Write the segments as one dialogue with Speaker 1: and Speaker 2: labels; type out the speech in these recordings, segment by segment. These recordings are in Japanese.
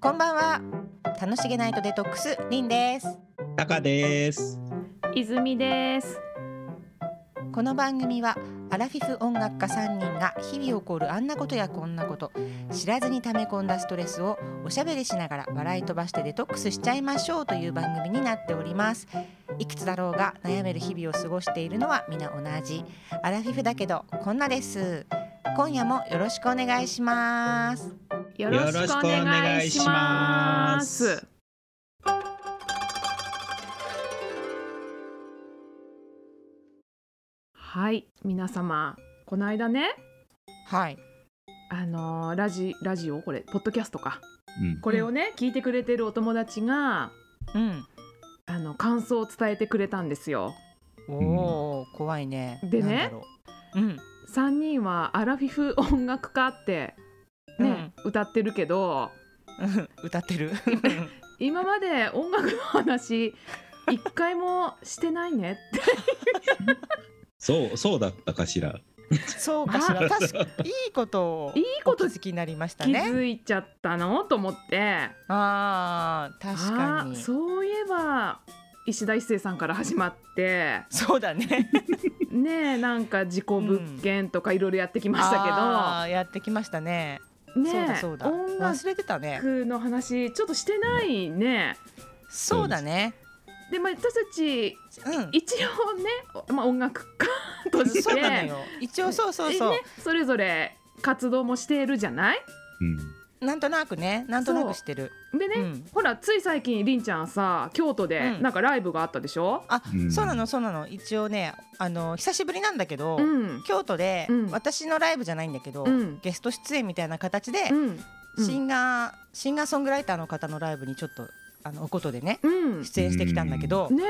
Speaker 1: こんばんは。楽しげナイトデトックスリンです。
Speaker 2: タカです。
Speaker 3: 泉です。
Speaker 1: この番組はアラフィフ音楽家3人が日々起こるあんなことやこんなこと知らずに溜め込んだストレスをおしゃべりしながら笑い飛ばしてデトックスしちゃいましょうという番組になっておりますいくつだろうが悩める日々を過ごしているのは皆同じアラフィフだけどこんなです今夜もよろしくお願いします
Speaker 3: よ
Speaker 2: ろし
Speaker 3: ろ
Speaker 2: く
Speaker 3: しく
Speaker 2: お
Speaker 3: お
Speaker 2: 願
Speaker 3: 願
Speaker 2: い
Speaker 3: い
Speaker 2: し
Speaker 3: し
Speaker 2: ま
Speaker 3: ますす。はい、皆様、この間ね、
Speaker 1: はい
Speaker 3: あのーラジラジオこれポッドキャストか、
Speaker 2: うん。
Speaker 3: これをね、聞いてくれてるお友達が
Speaker 1: うん
Speaker 3: あの感想を伝えてくれたんですよ。
Speaker 1: おー怖いね
Speaker 3: でね
Speaker 1: なんだろううん
Speaker 3: 三人はアラフィフ音楽家ってね、歌ってるけど、
Speaker 1: うん歌って る
Speaker 3: 今まで音楽の話一回もしてないねって
Speaker 2: そう、そうだったかしら。
Speaker 1: そうかし ら、確かいいことを
Speaker 3: いいこと
Speaker 1: お気づきになりました
Speaker 3: 気
Speaker 1: ね。
Speaker 3: づいちゃったのと思って
Speaker 1: ああ確か
Speaker 3: あー
Speaker 1: にそう
Speaker 3: そういえば石田一生さんから始まって
Speaker 1: だね。
Speaker 3: ねえなんか事故物件とかいろいろやってきました
Speaker 1: あーやってきましたね。
Speaker 3: けど、ね
Speaker 1: そう
Speaker 3: え
Speaker 1: だそうだ
Speaker 3: 音楽
Speaker 1: 忘れてたね。
Speaker 3: の話ちょっとしてないね。
Speaker 1: そうだね。
Speaker 3: でまあ、私たち
Speaker 1: うん。
Speaker 3: 一応ね、おまあ、音楽家として
Speaker 1: そうなのよ。一応そうそうそう
Speaker 3: ね。、それぞれ活動もしているじゃない
Speaker 2: うん。
Speaker 1: なんとなくね、なんとなくしてる。
Speaker 3: でね、
Speaker 1: うん
Speaker 3: ほらつい最近りんちゃんさ京都で
Speaker 1: うん
Speaker 3: なんかライブがあったでしょ、
Speaker 1: あ、
Speaker 2: うん
Speaker 1: そうなのそうなの。一応ね、あの久しぶりなんだけど、
Speaker 3: うん
Speaker 1: 京都で、
Speaker 3: うん
Speaker 1: 私のライブじゃないんだけど、
Speaker 3: うん
Speaker 1: ゲスト出演みたいな形で、
Speaker 3: うん
Speaker 1: シンガーシンガーソングライターの方のライブにちょっとあのおことでね
Speaker 3: うん、
Speaker 1: 出演してきたんだけど、
Speaker 3: ね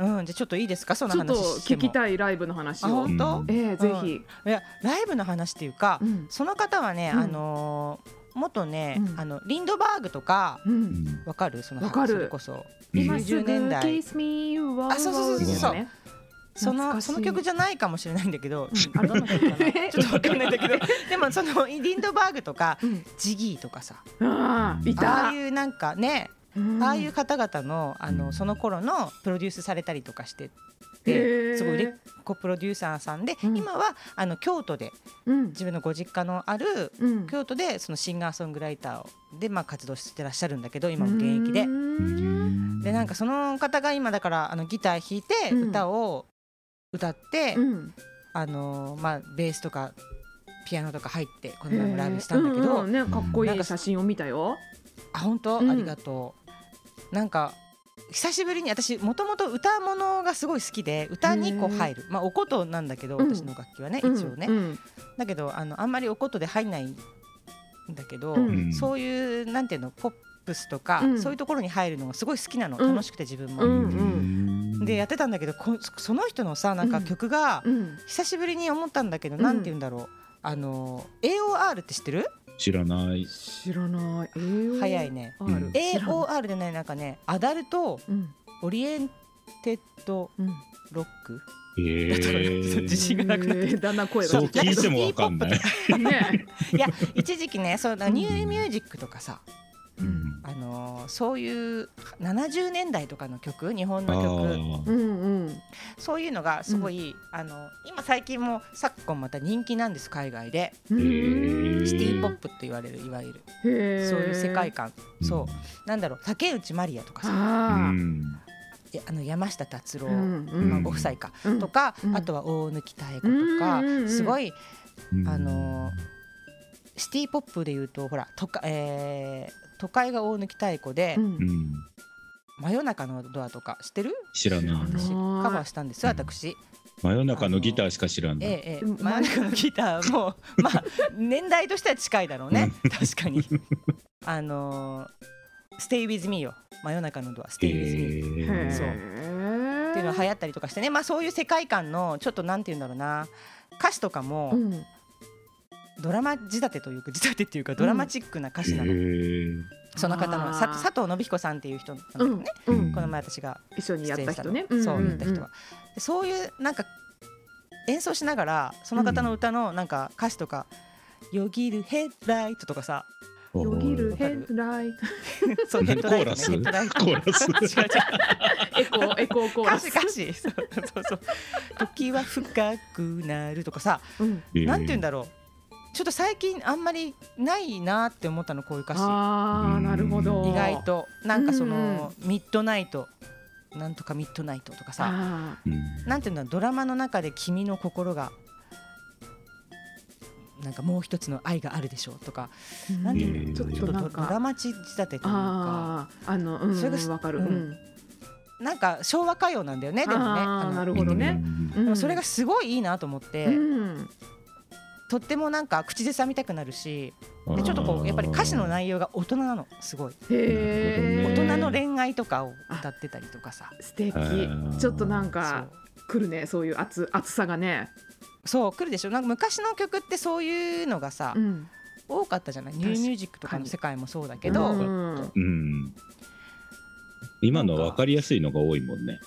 Speaker 3: え
Speaker 1: うん、じゃあちょっといいですかその
Speaker 3: ちょっと
Speaker 1: 話して
Speaker 3: 聞
Speaker 1: も
Speaker 3: きたいライブの話
Speaker 1: あ
Speaker 3: を、
Speaker 1: 本当、
Speaker 2: うん
Speaker 3: ええぜひ、
Speaker 1: いやライブの話っていうか、
Speaker 3: うん
Speaker 1: その方はね、
Speaker 3: うん
Speaker 1: あのー元ね、
Speaker 3: うん
Speaker 1: あのリンドバーグとか
Speaker 3: う、
Speaker 2: うんん
Speaker 1: わかるその
Speaker 3: わかる
Speaker 1: それこそ
Speaker 3: 今
Speaker 2: うん
Speaker 3: すぐ
Speaker 1: 90年代
Speaker 3: Kiss Me You Wow
Speaker 1: あそうそうそう
Speaker 2: そうそう
Speaker 3: Wow ね
Speaker 1: その
Speaker 3: 懐かしい
Speaker 1: その曲じゃないかもしれないんだけど、
Speaker 3: うん
Speaker 1: あれどの曲かな
Speaker 3: え
Speaker 1: ちょっとわかんないんだけどでもそのリンドバーグとか
Speaker 3: うん
Speaker 1: ジギーとかさ
Speaker 3: ああい
Speaker 1: あ
Speaker 3: た
Speaker 1: あいうなんかね
Speaker 3: うん
Speaker 1: ああいう方々のあのその頃のプロデュースされたりとかしてて
Speaker 3: へー
Speaker 1: すごい売れっ子プロデューサーさんで、
Speaker 3: うん
Speaker 1: 今はあの京都で
Speaker 3: うん
Speaker 1: 自分のご実家のある
Speaker 3: うん
Speaker 1: 京都でそのシンガーソングライターをで、まあ、活動してらっしゃるんだけど今も現役で
Speaker 3: う。ん
Speaker 1: でなんかその方が今だからあのギター弾いて
Speaker 3: うん
Speaker 1: 歌を歌って、
Speaker 3: うん
Speaker 1: あのまあ、ベースとかピアノとか入ってこの前もライブしたんだけど、
Speaker 3: うんうんね、かっこい
Speaker 1: なんか
Speaker 3: い写真を見たよ。
Speaker 1: あ本当、
Speaker 3: うん
Speaker 1: ありがとうなんか久しぶりに私もともと歌物がすごい好きで歌にこう
Speaker 3: へー
Speaker 1: 入る、まあ、お琴なんだけど
Speaker 3: うん
Speaker 1: 私の楽器はね、一応ね、
Speaker 3: うん
Speaker 1: だけどあのあんまりお琴で入んないんだけど、
Speaker 3: うん
Speaker 1: そういうなんていうのポップスとか、
Speaker 3: うん
Speaker 1: そういうところに入るのがすごい好きなの、
Speaker 3: うん
Speaker 1: 楽しくて自分
Speaker 3: う
Speaker 1: も。
Speaker 3: ん
Speaker 2: うん
Speaker 1: でやってたんだけどこその人のさなんか曲が
Speaker 3: うん
Speaker 1: 久しぶりに思ったんだけど、
Speaker 3: うん
Speaker 1: なんて言うんだろうあの AOR って知ってる
Speaker 2: 知らない。
Speaker 3: 知らない。AOR
Speaker 1: 早いね。
Speaker 2: うん
Speaker 1: AOR でないなんかねアダルト
Speaker 3: うん
Speaker 1: オリエンテッド
Speaker 3: うん。
Speaker 1: ロック
Speaker 2: え え
Speaker 1: 自信がなくなってき
Speaker 3: えーだんだん声が。
Speaker 2: そう聞いてもわかんない。
Speaker 3: ね。
Speaker 1: いや一時期ねそうだ
Speaker 3: うん
Speaker 1: ニューミュージックとかさ、
Speaker 2: うん
Speaker 1: あのーそういう70年代とかの曲日本
Speaker 2: あ
Speaker 1: の曲
Speaker 2: ー
Speaker 3: うんうん。
Speaker 1: そういうのがすごい、あの今最近も昨今また人気なんです海外で
Speaker 3: うん
Speaker 2: へー
Speaker 1: シティ・ポップって言われるいわゆる
Speaker 3: そう
Speaker 1: そういう世界
Speaker 3: 観。
Speaker 1: 観そうなんだろう竹内まりやとかさ
Speaker 2: う
Speaker 3: あ
Speaker 2: ん。
Speaker 1: いやあの山下達郎、
Speaker 3: あ。うんうん
Speaker 1: まあ、
Speaker 2: うん
Speaker 1: ご夫妻か、
Speaker 3: うん
Speaker 1: とか、
Speaker 3: うん
Speaker 1: あとは大貫妙子とか、
Speaker 3: うんうんうん
Speaker 1: すごい
Speaker 2: うん
Speaker 1: あのシティ・ポップでいうとほら都会,、えー都会が大貫妙子で、
Speaker 3: う
Speaker 2: うんん。
Speaker 1: 真夜中のドア」とか知ってる
Speaker 2: 知らない
Speaker 1: 私
Speaker 3: 知らない
Speaker 1: カバーしたんですよ
Speaker 2: うん
Speaker 1: 私、
Speaker 2: 真夜中のギターしか知らな
Speaker 1: ええ
Speaker 2: い。
Speaker 1: ええ
Speaker 3: でも
Speaker 1: 真夜中のギターも まあ年代としては近いだろうね確かに あの「Stay with me」よ真夜中のドア「Stay with me」
Speaker 2: え
Speaker 3: へー
Speaker 1: そうっていうのが流行ったりとかしてね、まあ、そういう世界観のちょっとなんて言うんだろうな歌詞とかも
Speaker 3: うん
Speaker 1: ドラマ仕立てというか仕立てっていうかドラマチックな歌詞なの、その方の
Speaker 3: あー
Speaker 1: さ佐藤信彦さんっていう人なんだけ
Speaker 3: う
Speaker 1: ど
Speaker 3: ん
Speaker 1: ね、
Speaker 2: うん
Speaker 1: この前私が
Speaker 3: 一緒に
Speaker 1: 出
Speaker 3: やっ
Speaker 1: 演
Speaker 3: た
Speaker 1: した
Speaker 3: 人
Speaker 1: の、
Speaker 3: ね。
Speaker 1: そうや
Speaker 3: や
Speaker 1: った人は、でそういうなんか演奏しながらその方の歌のなんか歌詞とか「よぎるヘッドライト」とかさ
Speaker 2: お
Speaker 3: よぎる
Speaker 2: ー
Speaker 3: ヘッドライト。
Speaker 1: そうヘッドライトね
Speaker 2: コ
Speaker 1: ヘッドライト
Speaker 2: コーラス
Speaker 1: 違う違う
Speaker 3: エコー、エコーコー
Speaker 1: 歌
Speaker 3: ラ
Speaker 1: 詞
Speaker 3: ス。
Speaker 1: 歌詞そうそうそう時は深くなるとかさ、
Speaker 3: うん。
Speaker 2: えー
Speaker 1: なんて言うんだろうちょっと最近あんまりないなって思ったのこういう歌詞
Speaker 3: ああ、なるほど。
Speaker 1: 意外。となんかその
Speaker 3: う、
Speaker 1: ミッドナイトなんとかミッドナイトとかさ
Speaker 3: ああ、
Speaker 2: うん
Speaker 1: なんていうんだろうドラマの中で君の心がなんかもう一つの愛があるでしょうとか
Speaker 3: うん
Speaker 1: なんて
Speaker 2: いうの
Speaker 3: ちょっ
Speaker 1: ちょ
Speaker 3: と
Speaker 1: っと
Speaker 3: な
Speaker 1: ド
Speaker 3: ん
Speaker 1: ドラ
Speaker 3: か。
Speaker 1: マチ仕立てというか
Speaker 3: ああ、あの、うん、
Speaker 1: それが
Speaker 3: うんわかる。
Speaker 1: う
Speaker 3: うんん。
Speaker 1: なんか昭和歌謡なんだよねでもね
Speaker 3: あー
Speaker 1: あの
Speaker 3: なるほどね。
Speaker 2: うん
Speaker 3: う
Speaker 1: でも
Speaker 3: ん
Speaker 1: それが。すごいいいなと思って、
Speaker 3: うん。
Speaker 1: とってもなんか口ずさみたくなるしでちょっとこうやっぱり歌詞の内容が大人なのすごい
Speaker 3: へえ。
Speaker 1: 大
Speaker 2: なるほどね
Speaker 1: 人の恋愛とかを歌ってたりとかさ
Speaker 3: 素敵
Speaker 2: あー。
Speaker 3: ちょっとなん
Speaker 1: そ
Speaker 3: か
Speaker 1: う。
Speaker 3: 来るね、そういう熱、熱さがね。
Speaker 1: そう来るでしょなんか昔の曲ってそういうのがさ、
Speaker 3: うん。
Speaker 1: 多かったじゃないニューミュージックとかの世界もそうだけど、
Speaker 2: うん
Speaker 3: うん
Speaker 2: うん今のは分かりやすいのが多いもんね。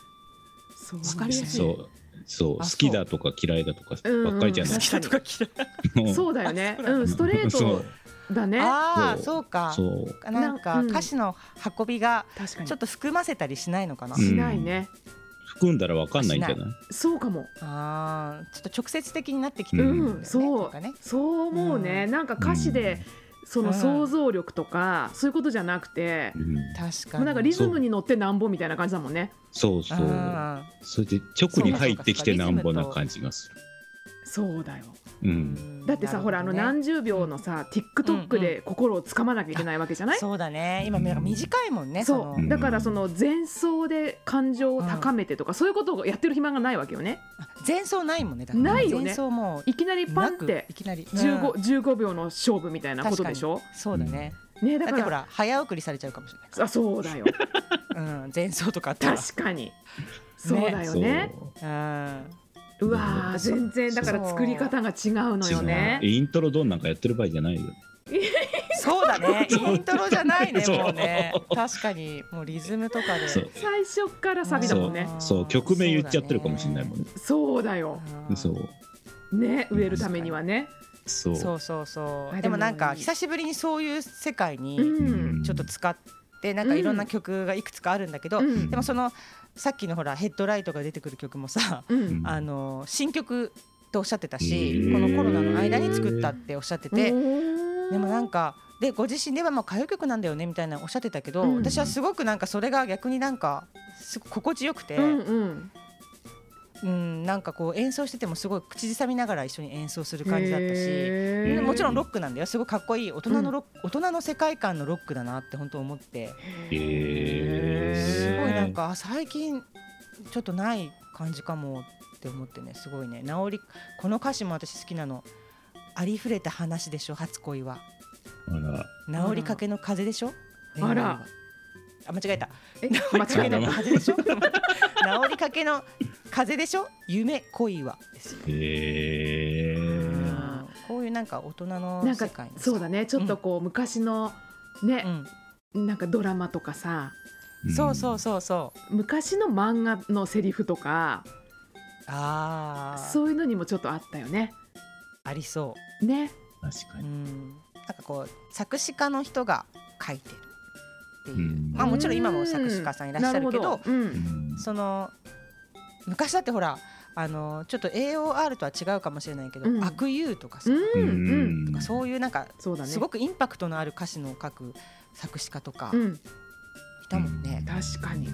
Speaker 3: そう
Speaker 1: わかりやすい
Speaker 2: そ
Speaker 1: ね
Speaker 2: うそう
Speaker 1: あ
Speaker 2: 好きだとか嫌いだとか
Speaker 3: うん
Speaker 2: ばっかりじゃない
Speaker 1: 好
Speaker 3: 確
Speaker 1: き
Speaker 3: か
Speaker 1: だ
Speaker 3: に
Speaker 1: とか嫌い
Speaker 2: うん
Speaker 3: そうだよね。
Speaker 1: あそうなんだ
Speaker 3: うん、ストレー
Speaker 2: そ
Speaker 3: ト
Speaker 2: う
Speaker 3: だね。
Speaker 1: ああ
Speaker 2: そう
Speaker 1: そうか
Speaker 2: そう
Speaker 1: なんか
Speaker 3: うん
Speaker 1: 歌詞の運びが
Speaker 3: 確かに。
Speaker 1: ちょっと含ませたりしないのかな、
Speaker 2: うん
Speaker 3: しないね。
Speaker 2: 含んだら分かんないんじゃない
Speaker 3: そうかも。
Speaker 1: ああちょっと直接的になってきて
Speaker 3: う
Speaker 1: る
Speaker 2: うん
Speaker 1: だよね、
Speaker 3: ん、そ
Speaker 1: とかね
Speaker 3: う。そう思うね。なんか歌詞で。その想像力とか、そういうことじゃなくて。
Speaker 2: うん
Speaker 1: 確か
Speaker 3: もう
Speaker 1: に
Speaker 3: なんかリズムに乗ってなんぼみたいな感じだもんね。
Speaker 2: そうそう
Speaker 1: あ
Speaker 2: それで直に入ってきてなんぼな感じがす
Speaker 3: そうだよ。
Speaker 2: るう
Speaker 1: ー
Speaker 2: ん
Speaker 3: だってさ、ほら、あの
Speaker 1: なる
Speaker 3: 何十秒のさ、TikTok で心をつかまなきゃいけないわけじゃ
Speaker 1: ほど
Speaker 3: な
Speaker 1: ね
Speaker 3: い。
Speaker 1: そうだね今なんか短いもんね
Speaker 3: そ
Speaker 1: の
Speaker 3: う、だから、その前奏で感情を高めてとか、そういうことをやってる暇がないわけよね。
Speaker 1: 前奏ないもんねだから
Speaker 3: ないよね
Speaker 1: 前奏もう
Speaker 3: いきなりパンって
Speaker 1: なくいきなり
Speaker 3: 15
Speaker 1: うん
Speaker 3: 15秒の勝負みたいなことでしょ
Speaker 1: そうだね、
Speaker 3: ねだ
Speaker 1: だっ
Speaker 3: か
Speaker 1: てほ
Speaker 3: ら
Speaker 1: ら早送りされちゃうかもしれない
Speaker 3: あそ うだよ
Speaker 1: うん、前奏とかあったら。
Speaker 3: 確かにそうだよね
Speaker 2: そう
Speaker 1: うん
Speaker 3: うわー
Speaker 1: そう
Speaker 3: 全然だから作り方が違うのよね
Speaker 2: 違うイントロドンなんかやってる場合じゃないよ
Speaker 1: そうだね。
Speaker 2: そう
Speaker 1: イントロじゃないね、
Speaker 2: そう
Speaker 1: もうね。確かに、もうリズムとかで。
Speaker 2: そう
Speaker 3: 最初からサビだもんね
Speaker 2: そう曲名言っちゃってるかもしれないもんね
Speaker 3: そうだよ
Speaker 1: うん
Speaker 2: そう
Speaker 3: ね植えるためにはね
Speaker 2: そう
Speaker 1: そうそうそう。
Speaker 3: あ
Speaker 1: でもなん
Speaker 3: で
Speaker 1: か、
Speaker 3: もいい
Speaker 1: 久しぶりにそういう世界
Speaker 3: う
Speaker 1: に
Speaker 3: ん
Speaker 1: ちょっと使って、なんかいろんな曲がいくつかあるんだけど、
Speaker 3: うん
Speaker 1: でもその、さっきのほら、ヘッドライトが出てくる曲もさ、
Speaker 3: うん
Speaker 1: あの、新曲とおっしゃってたし、
Speaker 2: へー
Speaker 1: このコロナの間に作ったっておっしゃってて、でもなん
Speaker 3: か
Speaker 1: かでご自身ではまあ歌謡曲なんだよねみたいなおっしゃってたけど、
Speaker 3: うん
Speaker 1: 私はすごくなんかそれが逆になんかすごく心地よくて、う
Speaker 3: うん
Speaker 1: ん
Speaker 3: うん
Speaker 1: なんかこう演奏しててもすごい口ずさみながら一緒に演奏する感じだったし。
Speaker 3: へ
Speaker 1: で
Speaker 3: ー
Speaker 1: もちろんロックなんだよすごいかっこいい大人のロック、大人の世界観のロックだなって本当思って
Speaker 2: へー
Speaker 1: すごいなんかあ最近ちょっとない感じかもって思ってねすごいね直りこの歌詞も私好きなの「ありふれた話でしょ初恋は」
Speaker 2: あら
Speaker 1: 治りかけの風邪でしょ
Speaker 3: あら
Speaker 1: 恋愛はあ間違えた
Speaker 3: え
Speaker 1: 間
Speaker 3: 間
Speaker 1: 違
Speaker 3: 違
Speaker 1: え
Speaker 3: え な
Speaker 1: た
Speaker 3: い
Speaker 1: 風邪でしょ治りかけ の風邪でしょ夢恋はですよ
Speaker 2: へ
Speaker 1: う
Speaker 2: ー
Speaker 1: んこういうなんか大人の
Speaker 3: なん
Speaker 1: 世
Speaker 3: か
Speaker 1: 界のさ
Speaker 3: そうだねちょっとこう昔のね
Speaker 1: うん
Speaker 3: なんかドラマとかさ
Speaker 1: そうそう
Speaker 2: そ
Speaker 1: そうそう
Speaker 3: 昔の漫画のセリフとか
Speaker 1: あー
Speaker 3: そういうのにもちょっとあったよね。
Speaker 1: ありそ
Speaker 3: ね、
Speaker 2: うん確か
Speaker 1: うう
Speaker 2: に
Speaker 1: んなんかこう作詞家の人が書いてるっていう、
Speaker 2: うん
Speaker 1: まあもちろん今も作詞家さんいらっしゃるけ
Speaker 3: な
Speaker 1: ど
Speaker 3: ほうん
Speaker 2: うん
Speaker 1: その昔だってほらあのちょっと AOR とは違うかもしれないけど「
Speaker 3: うん
Speaker 1: 悪友」とかさ、
Speaker 3: うんうん、
Speaker 1: とかそういうなんか
Speaker 3: そうだね。
Speaker 1: すごくインパクトのある歌詞の書く作詞家とか
Speaker 3: うん、
Speaker 1: いたもんね。
Speaker 3: 確かに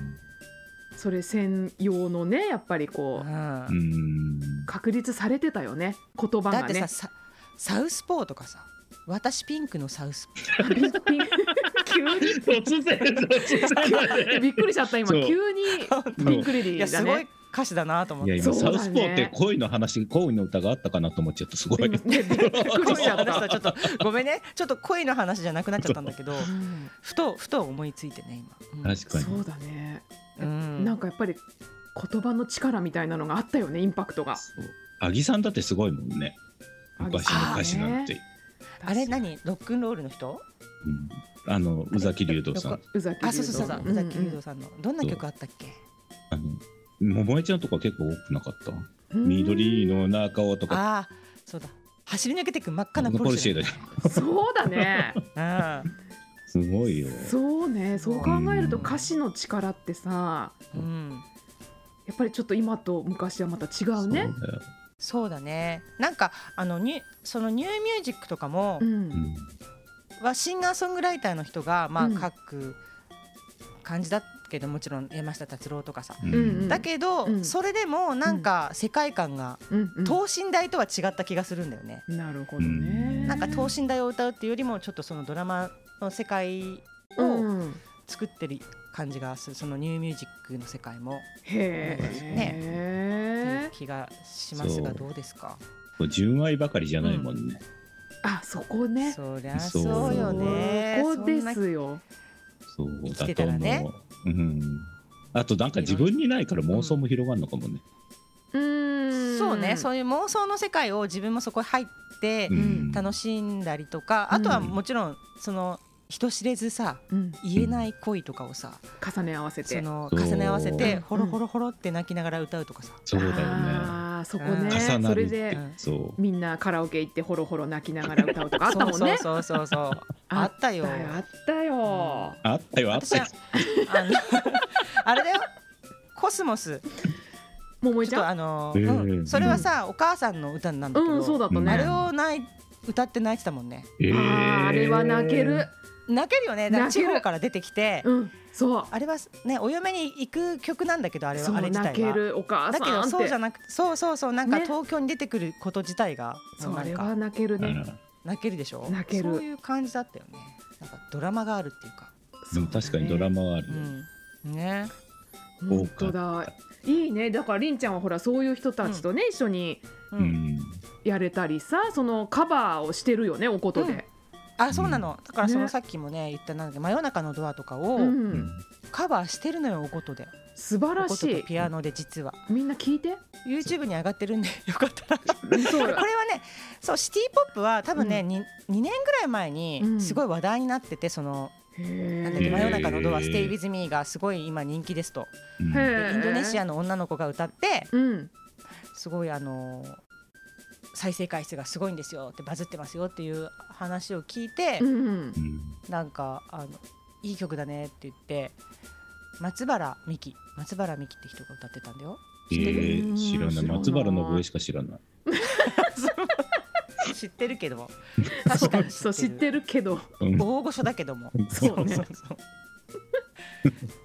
Speaker 3: それ専用のねやっぱり
Speaker 1: う
Speaker 3: こうん
Speaker 2: うん
Speaker 3: 確立されてたよね言葉
Speaker 1: だ
Speaker 3: が
Speaker 1: って
Speaker 3: ね
Speaker 1: さ。さサウスポーとかさ「私ピンクのサウス ポー
Speaker 3: びっくり 急
Speaker 2: 突然突然だ
Speaker 3: に
Speaker 2: ね
Speaker 3: びっくりしちゃった今
Speaker 2: そう
Speaker 3: 急にびっくり」
Speaker 1: い
Speaker 3: リ
Speaker 1: や
Speaker 3: ーだ
Speaker 1: すごい
Speaker 3: ね。
Speaker 1: 歌詞だなと思っ
Speaker 2: いや
Speaker 1: て。
Speaker 2: 今、
Speaker 3: そ
Speaker 2: サ
Speaker 3: うだ
Speaker 2: ウ
Speaker 3: ね
Speaker 2: スポーって恋の話恋の歌があったかなと思っちゃったすごい
Speaker 3: 今ねびっくりしちゃ っ
Speaker 1: あの人は
Speaker 3: た。
Speaker 1: ちょっとごめんねちょっと恋の話じゃなくなっちゃったんだけ ど
Speaker 3: うん
Speaker 1: ふとふと思いついてね今、うん
Speaker 2: 確かに
Speaker 3: そうだね。
Speaker 1: うん
Speaker 3: なんかやっぱり言葉の力みたいなのがあったよねインパクトが。
Speaker 2: そうアギさんだってすごいもんね昔の歌詞なんて
Speaker 1: あれ何ロックンロールの人
Speaker 2: うんあの宇崎竜童さん
Speaker 3: 宇崎竜童
Speaker 1: あそうそうそうそう宇崎竜童さんのどんな
Speaker 2: そう
Speaker 1: 曲あったっけ
Speaker 2: あの桃江ちゃんとか結構多くなかった
Speaker 3: うんうん
Speaker 2: 緑の中をとか
Speaker 1: ああそうだ走り抜けてく真っ赤なポ
Speaker 2: ポ
Speaker 1: ル
Speaker 2: ル
Speaker 1: シ
Speaker 2: シ
Speaker 1: ェ
Speaker 2: ェだ
Speaker 1: だ
Speaker 2: ね
Speaker 1: ね。
Speaker 3: そうだね
Speaker 2: すごいよ。
Speaker 3: そうねそう考えると
Speaker 1: うん
Speaker 3: 歌詞の力ってさ
Speaker 1: うん、うん、
Speaker 3: やっぱりちょっと今と昔はまた違う
Speaker 2: そうだ
Speaker 3: ね
Speaker 2: よ。
Speaker 1: そうだねなんかあのニュそのニューミュージックとかも、
Speaker 3: うん
Speaker 2: うん
Speaker 1: はシンガーソングライターの人がま
Speaker 3: う
Speaker 1: あ
Speaker 3: ん
Speaker 1: 書く感じだけどもちろん山下達郎とかさ、
Speaker 2: うん
Speaker 3: うん
Speaker 1: だけど、
Speaker 3: うん
Speaker 1: それでもなんか世界観が
Speaker 3: うんうん
Speaker 1: 等身大とは違った気がするんだよね、
Speaker 3: なるほどね。
Speaker 1: なんか等身大を歌うっていうよりもちょっとそのドラマの世界を
Speaker 3: うん
Speaker 1: 作ってる感じがするそのニューミュージックの世界も
Speaker 3: へ
Speaker 1: ってい
Speaker 3: え
Speaker 1: う。気がしますが
Speaker 2: そう
Speaker 1: どうですか
Speaker 2: こう純愛ばかりじゃないもんね。
Speaker 3: あそこね。
Speaker 1: そりゃそうよね
Speaker 3: そこで
Speaker 1: そんな
Speaker 3: すよ。
Speaker 2: そう
Speaker 1: 生きてた
Speaker 2: だと
Speaker 1: らね
Speaker 2: 思う。うん。あとなんか自分にないから妄想も広がるのかもね。
Speaker 3: うん。
Speaker 1: そうね
Speaker 3: う
Speaker 1: そういう妄想の世界を自分もそこに入って
Speaker 2: うん
Speaker 1: 楽しんだりとか、あとはもちろんその人知れずさ
Speaker 3: ん。
Speaker 1: 言えない恋とかをさ、
Speaker 3: 重ね合わせて。
Speaker 1: その
Speaker 2: そう
Speaker 1: 重ね合わせてほろ
Speaker 3: うん
Speaker 1: ほろほろって泣きながら歌うとかさ、
Speaker 2: そうだよね。
Speaker 3: ああそこね。
Speaker 2: 重な
Speaker 3: そ
Speaker 2: る
Speaker 3: れ
Speaker 2: って
Speaker 3: で。
Speaker 2: そ
Speaker 3: みんなカラオケ行ってホロホロ泣きながら歌うとかあったもんね。
Speaker 1: そうそうそうそうそうあ
Speaker 3: あっ
Speaker 1: ったよ
Speaker 3: だよあったよ。
Speaker 2: う。あったよあっ
Speaker 1: 私
Speaker 2: たよ
Speaker 1: は。あの あれだよコスモス
Speaker 3: 桃井
Speaker 1: ち
Speaker 3: ち
Speaker 1: ょっと
Speaker 3: ゃん。
Speaker 1: あの、
Speaker 2: ええ
Speaker 1: うん、それはさ、お母さんの歌なんだけど、
Speaker 3: うんそうだったね。
Speaker 1: あれをない歌って泣いてたもんね
Speaker 2: え
Speaker 3: あ
Speaker 2: ー
Speaker 3: ーあれは泣ける。。
Speaker 1: 泣けるよねだから
Speaker 3: 泣け
Speaker 1: 地
Speaker 3: る
Speaker 1: 方から出てきて、
Speaker 3: うん。そう。
Speaker 1: あれはねお嫁に行く曲なんだけどあれ
Speaker 3: そ
Speaker 1: はあれ
Speaker 3: う
Speaker 1: 自
Speaker 3: 泣
Speaker 1: 体
Speaker 3: け
Speaker 1: は
Speaker 3: るお母
Speaker 1: だ
Speaker 3: さん
Speaker 1: けど
Speaker 3: っ
Speaker 1: そうじゃ
Speaker 3: て。
Speaker 1: なくそうそうそうなんか
Speaker 3: ね
Speaker 1: 東京に出てくること自体が、もう
Speaker 3: そ
Speaker 1: なん
Speaker 3: れ
Speaker 1: か
Speaker 3: は泣ける
Speaker 2: う
Speaker 3: ね
Speaker 2: ん。
Speaker 1: 泣けるでしょ
Speaker 3: 泣ける
Speaker 1: そういう感じだったよねなんかドラマがあるっていうか
Speaker 2: でも確かにドラマはあるよ。
Speaker 1: うんね
Speaker 2: 豪
Speaker 3: 本
Speaker 2: 華
Speaker 3: 当だいいねだからりんちゃんはほらそういう人たちとね、一緒に
Speaker 1: う
Speaker 2: うんん。
Speaker 3: やれたりさそのカバーをしてるよねおことで、
Speaker 1: あそうなのだから
Speaker 3: ね
Speaker 1: そのさっきもね言ったなんだっけ真夜中のドアとかを
Speaker 3: うん
Speaker 1: カバーしてるのよおことで
Speaker 3: 素晴
Speaker 1: お
Speaker 3: ら
Speaker 1: こと
Speaker 3: し
Speaker 1: と
Speaker 3: い
Speaker 1: ピアノで実は
Speaker 3: みんな聞いて
Speaker 1: YouTube に上がってるんでよかった ら
Speaker 3: そ
Speaker 1: これ
Speaker 3: う
Speaker 1: はねそうシティポップは多分ね、
Speaker 3: う
Speaker 1: に二 2, 年ぐらい前
Speaker 3: う
Speaker 1: に
Speaker 3: ん
Speaker 1: すごい話題になっててそのなんだっけ
Speaker 2: へー
Speaker 1: 真
Speaker 3: へ
Speaker 1: 夜中のドア
Speaker 2: へー
Speaker 1: Stay with me がすごい今人気ですと
Speaker 2: うん
Speaker 3: へ
Speaker 1: で
Speaker 3: ー
Speaker 1: インドネシアの女の子が歌って
Speaker 3: うん
Speaker 1: すごいあのー再生回数がすごいんですよってバズってますよっていう話を聞いて、
Speaker 3: うん
Speaker 2: うん
Speaker 1: なんかあのいい曲だねって言って松原美樹松原美樹って人が歌ってたんだよ
Speaker 2: え
Speaker 1: 知ってる
Speaker 2: ー知ら
Speaker 3: 知
Speaker 2: な
Speaker 3: ら
Speaker 2: い
Speaker 3: ない
Speaker 2: 松原の声しか知らない。
Speaker 1: 知ってるけども確かに
Speaker 3: そう知ってるけど
Speaker 2: うん
Speaker 1: 大御所だけども
Speaker 3: そうね
Speaker 1: そう そう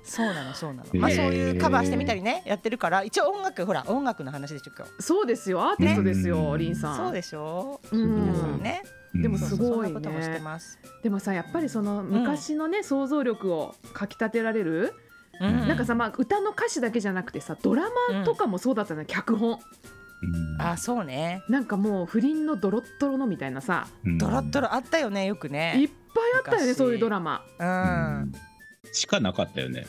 Speaker 1: そうなのそうなの、
Speaker 2: へー
Speaker 1: まあそういうカバーしてみたりねやってるから一応音楽ほら音楽の話でしょ今日
Speaker 3: そうですよアーティストですよ
Speaker 2: ね
Speaker 3: りんさん
Speaker 1: そうでしょ
Speaker 3: う
Speaker 1: うん皆さんね
Speaker 3: でも
Speaker 1: そう
Speaker 3: す
Speaker 1: そう
Speaker 3: ごいね
Speaker 1: そんなこともしてます
Speaker 3: でもさやっぱりその昔のね、想像力をかきたてられる、
Speaker 1: う
Speaker 3: なんかさ、まあ、歌の歌詞だけじゃなくてさドラマとかもそうだったの、脚本
Speaker 2: うん
Speaker 1: あそうね
Speaker 3: なんかもう不倫のドロッドロのみたいなさ
Speaker 2: うん
Speaker 1: ドロッドロあったよねよく
Speaker 3: いっ
Speaker 1: ね
Speaker 3: ぱいあったよね
Speaker 1: 昔
Speaker 3: そういうドラマ
Speaker 1: う
Speaker 2: うんんしかなかったよね。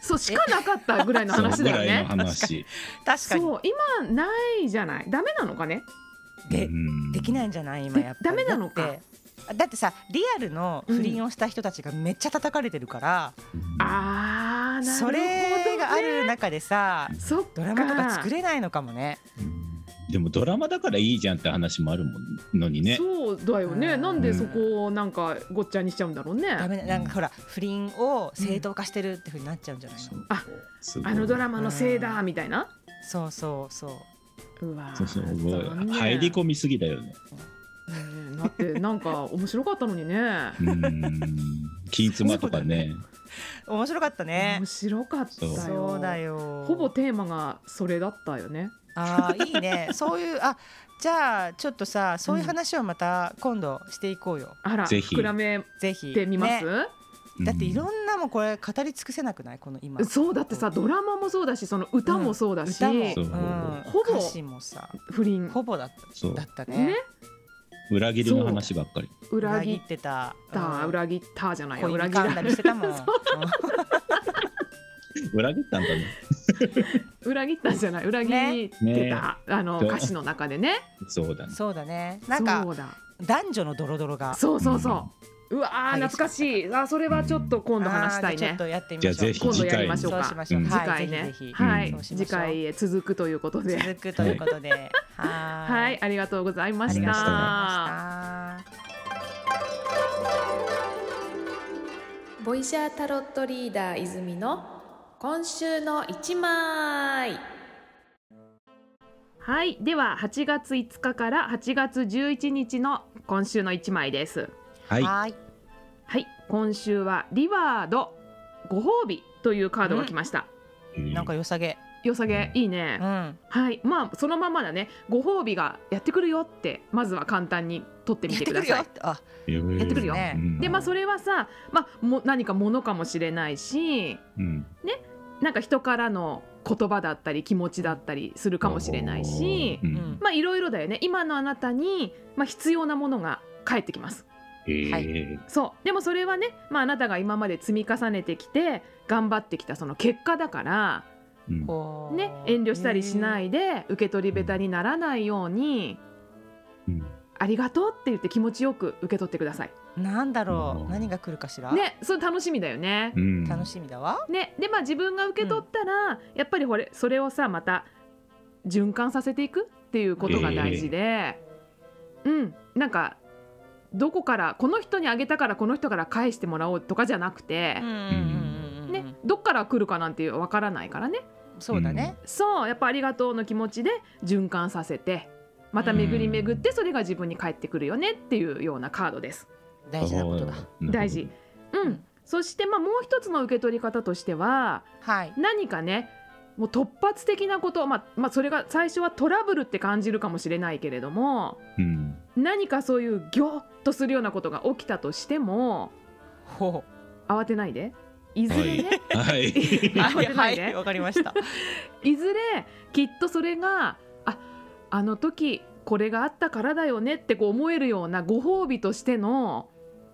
Speaker 3: そうしかなかったぐらいの話だよ
Speaker 2: そうぐらいの
Speaker 3: ね
Speaker 2: 話。。
Speaker 1: 確かに
Speaker 3: そう今ないじゃないダメなのかね
Speaker 1: でできないいんじゃない今やっぱり
Speaker 3: ダメなのか
Speaker 1: だってだってさリアルの不倫をした人たちがめっちゃ叩かれてるから、
Speaker 3: あーなるほど、ね、
Speaker 1: それがある中でさ
Speaker 3: そっか
Speaker 1: ドラマとか作れないのかもね
Speaker 2: うんでもドラマだからいいじゃんって話もあるもんのにね。
Speaker 3: そうだよね
Speaker 1: うん
Speaker 3: なんでそこをなんかごっちゃにしちゃうんだろうね
Speaker 1: ダメなんかほら不倫を正当化してるってふうになっちゃうんじゃないの、
Speaker 2: そう
Speaker 3: あ
Speaker 2: すごい
Speaker 3: あのドラマのせいだみたいな
Speaker 1: そうそうそう
Speaker 3: うわ
Speaker 2: そうそう
Speaker 3: 残
Speaker 2: もう
Speaker 3: 念
Speaker 2: 入り込みすぎだよね。
Speaker 3: うんだってなんか面白かったのにね
Speaker 2: うん。金妻とかね。
Speaker 1: 面白かった ね
Speaker 3: 面白かったよ
Speaker 1: そうだよ
Speaker 3: ほぼテーマがそれだったよね
Speaker 1: あーいいねそういうあじゃあちょっとさそういう話をまた今度していこうよ、
Speaker 3: あら
Speaker 2: ぜひ
Speaker 3: 膨らめ
Speaker 1: ぜひ
Speaker 3: てみます、
Speaker 1: ねだっていろ
Speaker 2: うん
Speaker 1: なもうこれ語り尽くせなくないこの今
Speaker 3: そうだってさドラマもそうだしその歌もそうだし、
Speaker 1: 歌も、
Speaker 2: そう
Speaker 1: うん、
Speaker 3: ほぼ
Speaker 1: 歌詞もさ
Speaker 3: 不倫
Speaker 1: ほぼだった
Speaker 2: そう
Speaker 1: だったね
Speaker 3: ね
Speaker 2: 裏切りの話ばっかり。
Speaker 3: 裏切っ
Speaker 1: ってた
Speaker 3: た
Speaker 1: うん
Speaker 3: 裏切ったじゃないよ
Speaker 1: 恋
Speaker 3: 裏
Speaker 1: に
Speaker 3: 切ら
Speaker 1: 噛んだりしてた もん
Speaker 3: そう
Speaker 1: う
Speaker 2: 裏切ったんだね。
Speaker 3: 裏切ったじゃない裏切ってた、
Speaker 2: ね
Speaker 3: あの
Speaker 2: そう
Speaker 3: 歌詞の中でね
Speaker 2: そうだね
Speaker 1: ん。そうだねなんか
Speaker 3: そうだ
Speaker 1: 男女のドロドロが
Speaker 3: そうそうそう、うわ
Speaker 1: 激
Speaker 3: ー
Speaker 1: しかった
Speaker 3: 懐かしいあそれはちょっと今度話したい
Speaker 1: あーじゃあちょ
Speaker 3: ね
Speaker 1: っとやってみましょう
Speaker 2: じゃあぜひ
Speaker 3: 今度やりましょう
Speaker 1: そう
Speaker 3: か
Speaker 1: しましょう、
Speaker 2: うん
Speaker 1: は
Speaker 3: 次
Speaker 1: い
Speaker 3: 回
Speaker 1: ぜ
Speaker 3: ね
Speaker 1: ひぜひ
Speaker 3: はい、
Speaker 1: そうしましょう
Speaker 3: 次回へ続くということで
Speaker 1: 続くということで、はい、は。
Speaker 3: はいい、ありがとうございま
Speaker 1: あ
Speaker 3: し
Speaker 1: りがとうござい
Speaker 3: た。
Speaker 1: ました。
Speaker 4: ボイシャータロットリーダー泉の今週の一枚
Speaker 3: はい、では8月5日から8月11日の今週の一枚です。
Speaker 2: はい。
Speaker 1: はい。
Speaker 3: はい、今週はリワードご褒美というカードが来ました。
Speaker 2: うん
Speaker 1: なんか良さげ。
Speaker 3: 良さげいいね
Speaker 1: う。ん。
Speaker 3: はい、まあそのままだね。ご褒美がやってくるよってまずは簡単に取ってみ
Speaker 1: やってて
Speaker 3: く
Speaker 1: く
Speaker 3: だ
Speaker 1: る
Speaker 3: さ
Speaker 1: よ
Speaker 3: い。。
Speaker 1: あ、
Speaker 3: やってくるよ
Speaker 2: うん
Speaker 3: でまあそれはさ、まあも何か物かもしれないし、
Speaker 2: うん
Speaker 3: なんか人からの言葉だったり気持ちだったりするかもしれないし
Speaker 2: う、
Speaker 1: うんん。
Speaker 3: まあいろいろだよね。今のあなたにまあ必要なものが返ってきます。
Speaker 2: えー
Speaker 1: はい
Speaker 3: そうでもそれはね、まあ、あなたが今まで積み重ねてきて頑張ってきたその結果だから、
Speaker 2: うん
Speaker 1: こう。。
Speaker 3: ね、遠慮したりしないいで受け取り下手にならないように
Speaker 2: うん
Speaker 3: ありがとうって言って気持ちよく受け取ってください。
Speaker 1: なんだろ
Speaker 2: うん
Speaker 1: う。何が来るかしら。。
Speaker 3: ねそれ楽しみだよね。
Speaker 2: うん
Speaker 1: 楽しみだわ。
Speaker 3: ねでまあ自分が受け取ったら、やっぱりこれそれをさまた循環させていくっていうことが大事で、うんなんかどこからこの人にあげたからこの人から返してもらおうとかじゃなくて。
Speaker 1: うんうんうんうんう
Speaker 3: ね
Speaker 1: ん。、
Speaker 3: どっから来るかなんてわからないからね
Speaker 1: そうだね。
Speaker 3: そうやっぱ「ありがとう」の気持ちで循環させてまた巡り巡ってそれが自分に返ってくるよねっていうようなカードです。
Speaker 1: 大事なことだ
Speaker 2: あー。なるほど
Speaker 3: 大事う
Speaker 1: うんん、
Speaker 3: そしてまあもう一つの受け取り方としては
Speaker 1: はい。
Speaker 3: 何かねもう突発的なこと、まあ、まあそれが最初はトラブルって感じるかもしれないけれども
Speaker 2: うん
Speaker 3: 何かそういうギョッとするようなことが起きたとしても
Speaker 1: ほ
Speaker 3: 慌てないでいずれね、
Speaker 2: はい。
Speaker 1: う。
Speaker 3: 慌てないで、
Speaker 1: わかりました。
Speaker 3: いずれきっとそれがああの時これがあったからだよねってこう思えるようなご褒美としての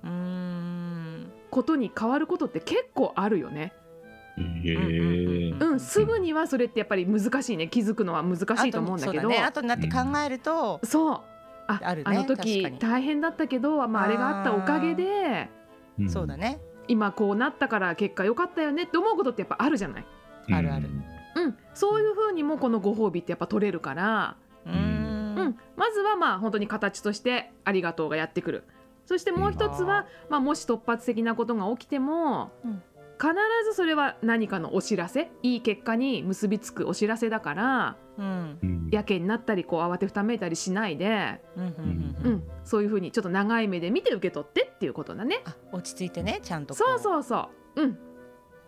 Speaker 1: うーん。
Speaker 3: ことに変わることって結構あるよね。
Speaker 1: う
Speaker 2: え
Speaker 1: んうん
Speaker 2: ー
Speaker 3: うん、すぐにはそれってやっぱり難しいね気づくのは難しいと思うんだけ
Speaker 1: 後にそうだ
Speaker 3: ど
Speaker 1: ね。後になって考えると。
Speaker 3: そうあ
Speaker 1: あるね
Speaker 3: あの
Speaker 1: 確
Speaker 3: 時
Speaker 1: かに
Speaker 3: 大変だったけど、まあ、あれがあったおかげで
Speaker 2: ん
Speaker 1: そうだ。ね。
Speaker 3: 今こうなったから結果良かったよねって思うことってやっぱあるじゃない。
Speaker 1: あるある
Speaker 3: うん、そういうふうにもこのご褒美ってやっぱ取れるから
Speaker 1: う
Speaker 3: うんん。、まずはまあ本当に形として「ありがとう」がやってくるそしてもう一つは、まあ、もし突発的なことが起きても、
Speaker 1: うん
Speaker 3: 必ずそれは何かのお知らせいい結果に結びつくお知らせだから
Speaker 1: うん。
Speaker 2: うん。
Speaker 3: やけになったりこう慌てふためいたりしないで、
Speaker 1: うんうんうん
Speaker 3: う
Speaker 1: うんん。
Speaker 3: そういうふうにちょっと長い目で見て受け取ってっていうことだね。
Speaker 1: あ、落ち着いてね、ちゃんとこ。
Speaker 3: そうそうそう、うん、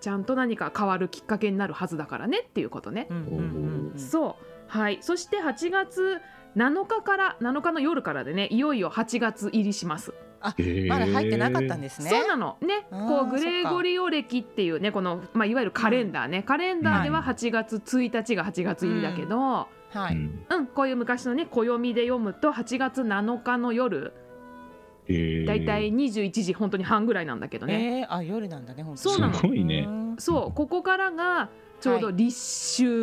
Speaker 3: ちゃんと何か変わるきっかけになるはずだからねっていうことね。
Speaker 1: うんうんうんうん。
Speaker 3: そうはいそして8月7日から7日の夜からでねいよいよ8月入りします、
Speaker 2: えー
Speaker 1: まだ入ってなかったんですね。
Speaker 3: そうなのね
Speaker 1: あー
Speaker 3: こうグレーゴリオ暦っていうねこの、まあ、いわゆるカレンダーね、カレンダーでは
Speaker 2: はい
Speaker 3: 8月1日が8月入りだけど、
Speaker 1: は
Speaker 2: う
Speaker 1: い。
Speaker 2: ん
Speaker 3: うん、こういう昔のね暦で読むと8月7日の夜
Speaker 2: えー
Speaker 3: だいたい21時本当に半ぐらいなんだけど
Speaker 1: え
Speaker 3: ね、
Speaker 1: え、あ、夜なんだね、本当に。
Speaker 3: そうなの
Speaker 2: すごいね
Speaker 1: うん
Speaker 3: そうここからがちょうど立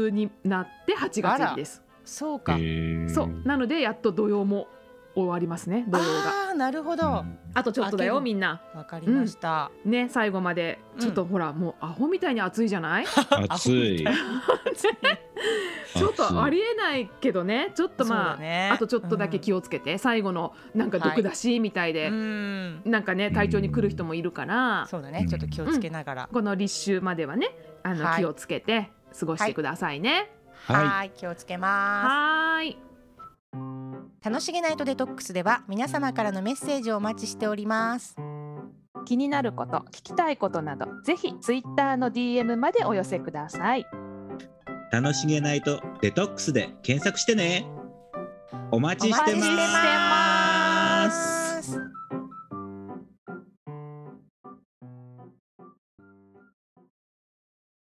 Speaker 3: 秋になって8月入りです、
Speaker 1: そう
Speaker 2: え
Speaker 1: か。
Speaker 2: ー
Speaker 3: そうなのでやっと土曜も終わりますね土曜が。
Speaker 1: ああ、なるほど。わ
Speaker 3: あとちょっとだよ
Speaker 1: 開ける
Speaker 3: みんな
Speaker 1: かりました。
Speaker 3: ね最後まで
Speaker 1: うん
Speaker 3: ちょっとほら、もうアホみたいに暑いじゃないち
Speaker 2: うん暑い。
Speaker 3: ょっとあ
Speaker 2: 暑い
Speaker 3: りえないけどねちょっとまあ、あとちょっとだけ気
Speaker 1: を。
Speaker 3: をつけて、最後のなんか毒出しみたいで、
Speaker 1: うん。
Speaker 3: なんかね体調に来る人もいるから、
Speaker 1: そうだね、ちょっと気をつけながら。
Speaker 3: この立秋まではねあの、
Speaker 1: はい
Speaker 3: 気をつけて過ごしてくださいね。
Speaker 2: はい
Speaker 1: はーい、気をつけます。
Speaker 3: はーい
Speaker 1: 楽しげナイトデトックスでは皆様からのメッセージをお待ちしております
Speaker 4: 気になること聞きたいことなどぜひツイッターの DM までお寄せください
Speaker 2: 楽しげないとデトックスで検索してね。お待ちして
Speaker 1: お待ちして
Speaker 2: ま。
Speaker 1: ますす